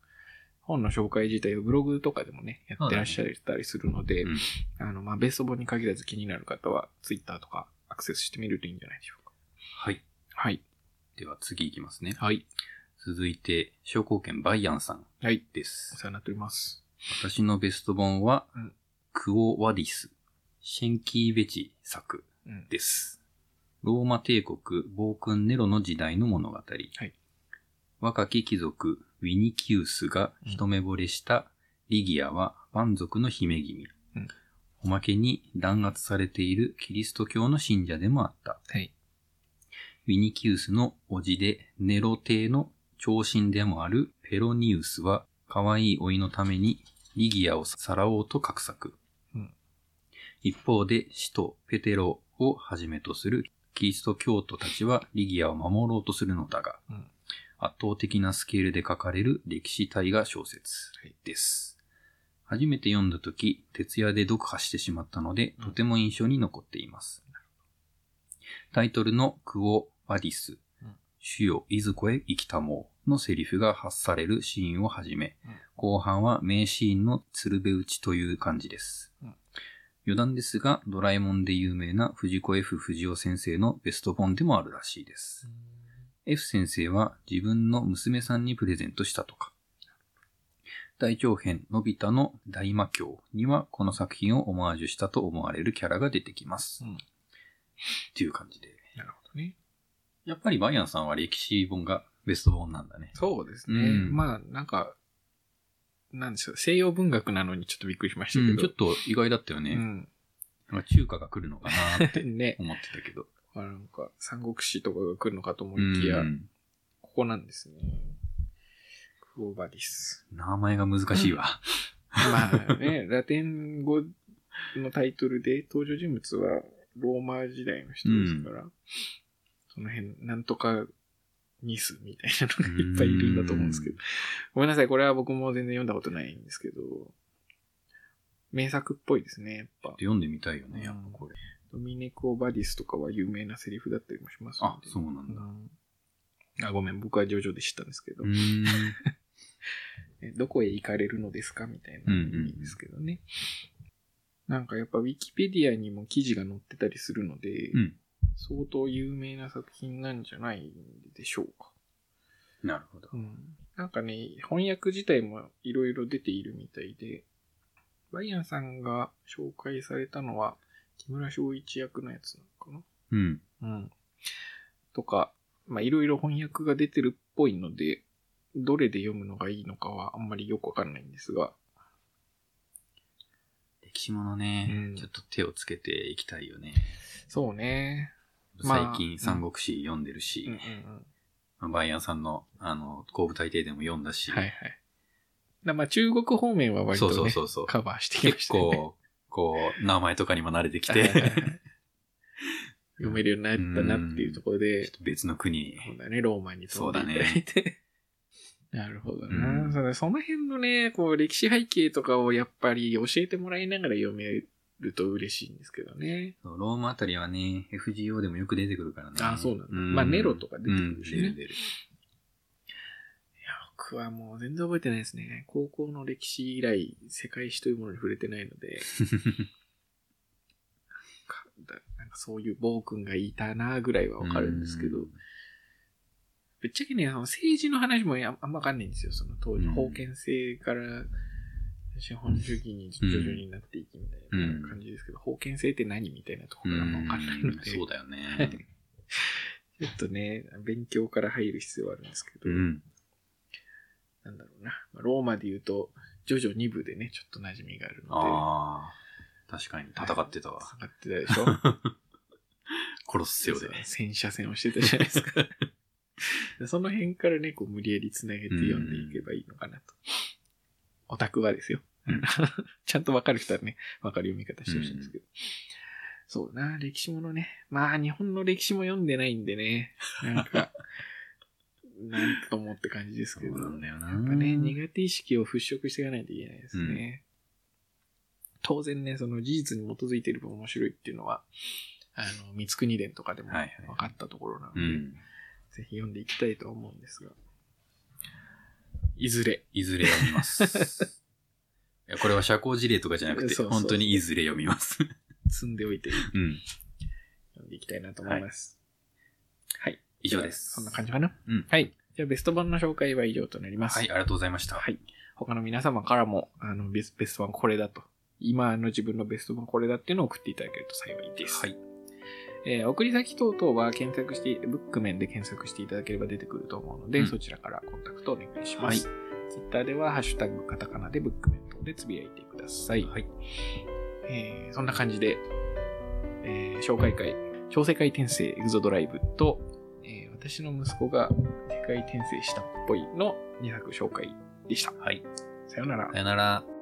Speaker 2: 本の紹介自体をブログとかでもね、やってらっしゃったりするので、
Speaker 1: うん
Speaker 2: あの、まあ、ベスト本に限らず気になる方は、ツイッターとかアクセスしてみるといいんじゃないでしょうか。
Speaker 1: はい。
Speaker 2: はい。
Speaker 1: では次いきますね。
Speaker 2: はい。
Speaker 1: 続いて、商工研バイアンさん
Speaker 2: はい。
Speaker 1: です
Speaker 2: お。世話になっております。
Speaker 1: 私のベスト本は、
Speaker 2: うん
Speaker 1: クオ・ワディス、シェンキー・ベチ作
Speaker 2: うん。
Speaker 1: です。ローマ帝国暴君ネロの時代の物語。
Speaker 2: い
Speaker 1: 若き貴族ウィニキウスが一目惚れしたリギアは蛮族の姫君。
Speaker 2: うん
Speaker 1: おまけに弾圧されているキリスト教の信者でもあった。
Speaker 2: はい。
Speaker 1: ウィニキウスの叔父でネロ帝の長身でもあるペロニウスは可愛い老いのためにリギアをさらおうと画策。
Speaker 2: うん
Speaker 1: 一方で使徒ペテロをはじめとするキリスト教徒たちはリギアを守ろうとするのだが、
Speaker 2: うん
Speaker 1: 圧倒的なスケールで書かれる歴史大河小説です。初めて読んだ時、徹夜で読破してしまったので、
Speaker 2: うん
Speaker 1: とても印象に残っています。タイトルのクオ・ワディス
Speaker 2: うん、
Speaker 1: 主よ、いずこへ生きたもうのセリフが発されるシーンをはじめ
Speaker 2: うん、
Speaker 1: 後半は名シーンの鶴瓶打ちという感じです
Speaker 2: うん。
Speaker 1: 余談ですが、ドラえもんで有名な藤子 F 不二雄先生のベスト本でもあるらしいです。F 先生は自分の娘さんにプレゼントしたとか。大長編、のび太の大魔教にはこの作品をオマージュしたと思われるキャラが出てきます。
Speaker 2: うん
Speaker 1: っていう感じで。
Speaker 2: なるほどね。
Speaker 1: やっぱりバイアンさんは歴史本がベスト本なんだね。
Speaker 2: そうですね。
Speaker 1: うん
Speaker 2: まあ、なんか、なんでしょう。西洋文学なのにちょっとびっくりしましたけど。
Speaker 1: うん、ちょっと意外だったよね。
Speaker 2: うん
Speaker 1: なんか中華が来るのかなって
Speaker 2: ね。
Speaker 1: 思ってたけど。
Speaker 2: まあなんか、三国志とかが来るのかと思いきや、
Speaker 1: うん
Speaker 2: ここなんですね。クオバディス。
Speaker 1: 名前が難しいわ。
Speaker 2: まあ ね、ラテン語のタイトルで登場人物はローマ時代の人ですから、その辺、なんとかニスみ たいなのがいっぱいいるんだと思うんですけど。ごめんなさい、これは僕も全然読んだことないんですけど、名作っぽいですね、やっぱ。
Speaker 1: 読んでみたいよね、やっぱこれ。
Speaker 2: ドミネク・オバディスとかは有名なセリフだったりもしますの
Speaker 1: あ、
Speaker 2: で
Speaker 1: そうなんだ。
Speaker 2: うんあ、ごめん、僕はジョジョで知ったんですけど、
Speaker 1: うーん。
Speaker 2: えどこへ行かれるのですかみたいな意味ですけどね。なんかやっぱウィキペディアにも記事が載ってたりするので、
Speaker 1: うん
Speaker 2: 相当有名な作品なんじゃないでしょうか。
Speaker 1: なるほど。
Speaker 2: うんなんかね、翻訳自体もいろいろ出ているみたいで、バイアンさんが紹介されたのは、木村昭一役のやつなのか
Speaker 1: うん。
Speaker 2: なうん。とか、まあ、いろいろ翻訳が出てるっぽいので、どれで読むのがいいのかはあんまりよくわかんないんですが、
Speaker 1: 歴史ものね、
Speaker 2: うん
Speaker 1: ちょっと手をつけていきたいよね。
Speaker 2: そうね。まあ
Speaker 1: 最近、三国志読んでる
Speaker 2: うんうん
Speaker 1: し、
Speaker 2: うん。
Speaker 1: まあバイアンさんの、あの、後部大帝でも読んだし、
Speaker 2: はいはい。だまあ、中国方面は割と
Speaker 1: そ
Speaker 2: ね、
Speaker 1: うそうそうそう。
Speaker 2: カバーしてきま
Speaker 1: 結
Speaker 2: したね。
Speaker 1: 構、こう、名前とかにも慣れてき
Speaker 2: はいはいは
Speaker 1: て、
Speaker 2: い 読めるようになったなっていうところで、
Speaker 1: ちょっと別の国に。
Speaker 2: そうだね、ローマに飛んでいただいて。なるほど
Speaker 1: う
Speaker 2: な、
Speaker 1: ん
Speaker 2: そうだその辺のね、こう、歴史背景とかをやっぱり教えてもらいながら読めると嬉しいんですけどね。
Speaker 1: そうローマあたりはね、FGO でもよく出てくるからね。
Speaker 2: あそうなんだまあネロとか出てくるしね
Speaker 1: うん出る出る
Speaker 2: いや、僕はもう全然覚えてないですね。高校の歴史以来、世界史というものに触れてないの で。なんかだなんかそういう暴君がいたなぐらいはわかるんですけど、
Speaker 1: うん
Speaker 2: ぶっちゃけね、あの政治の話もあんあんまわかんないんですよ。その当時、
Speaker 1: うん
Speaker 2: 封建制から資本主義に徐々になっていきみたいな感じですけど、封建制って何みたいなところがあんまわかんないの で、
Speaker 1: そうだよね。
Speaker 2: ちょっとね、勉強から入る必要はあるんですけど、
Speaker 1: うん。
Speaker 2: なんだろうな。まあローマで言うと、ジョジョ2部でね、ちょっと馴染みがあるので、
Speaker 1: ああ、確かに戦ってたわ。
Speaker 2: 戦ってたでし ょ
Speaker 1: 殺すせよで。
Speaker 2: 戦車戦をしてたじゃないで すか。でその辺からね、こう無理やり繋げて読んでいけばいいのかなと。オタクはですよ。
Speaker 1: うん
Speaker 2: ちゃんとわかる人はね、わかる読み方してほしいんですけど。そうだな、歴史ものね。まあ、日本の歴史も読んでないんでね。なんか、 なんともって感じです
Speaker 1: そ
Speaker 2: けど。
Speaker 1: うなんだよな。
Speaker 2: やっぱね、苦手意識を払拭していかないといけないですね。当然ね、その事実に基づいている分面白いっていうのは、あの、三国伝とかでも
Speaker 1: はいはい
Speaker 2: 分かったところなの
Speaker 1: う
Speaker 2: で、
Speaker 1: ん。
Speaker 2: ぜひ読んでいきたいとは思うんですが、いずれ、
Speaker 1: いずれ読み ます。いや、これは社交辞令とかじゃなくて、
Speaker 2: そうそう
Speaker 1: 本当にいずれ読みます。
Speaker 2: 積んでおいて
Speaker 1: うん。
Speaker 2: 読んでいきたいなと思います。はい。
Speaker 1: 以上です。
Speaker 2: そんな感じかな
Speaker 1: うん
Speaker 2: はい。じゃあ、ベスト版の紹介は以上となります。
Speaker 1: はい、ありがとうございました。
Speaker 2: はい他の皆様からも、あの、ベスベスト版これだと。今の自分のベスト版これだっていうのを送っていただけると幸いです。
Speaker 1: はい。
Speaker 2: えー送り先等々は検索して、ブック面で検索していただければ出てくると思うので、
Speaker 1: うん
Speaker 2: そちらからコンタクトお願いします。ツイッターでは、ハッシュタグカタカナでブック面等でつぶやいてください。
Speaker 1: はい。
Speaker 2: えーそんな感じで、えー紹介会、小世界転生エグゾドライブと、えー私の息子が世界転生したっぽいの2作紹介でした。
Speaker 1: はい。
Speaker 2: さようなら
Speaker 1: さ。よなら。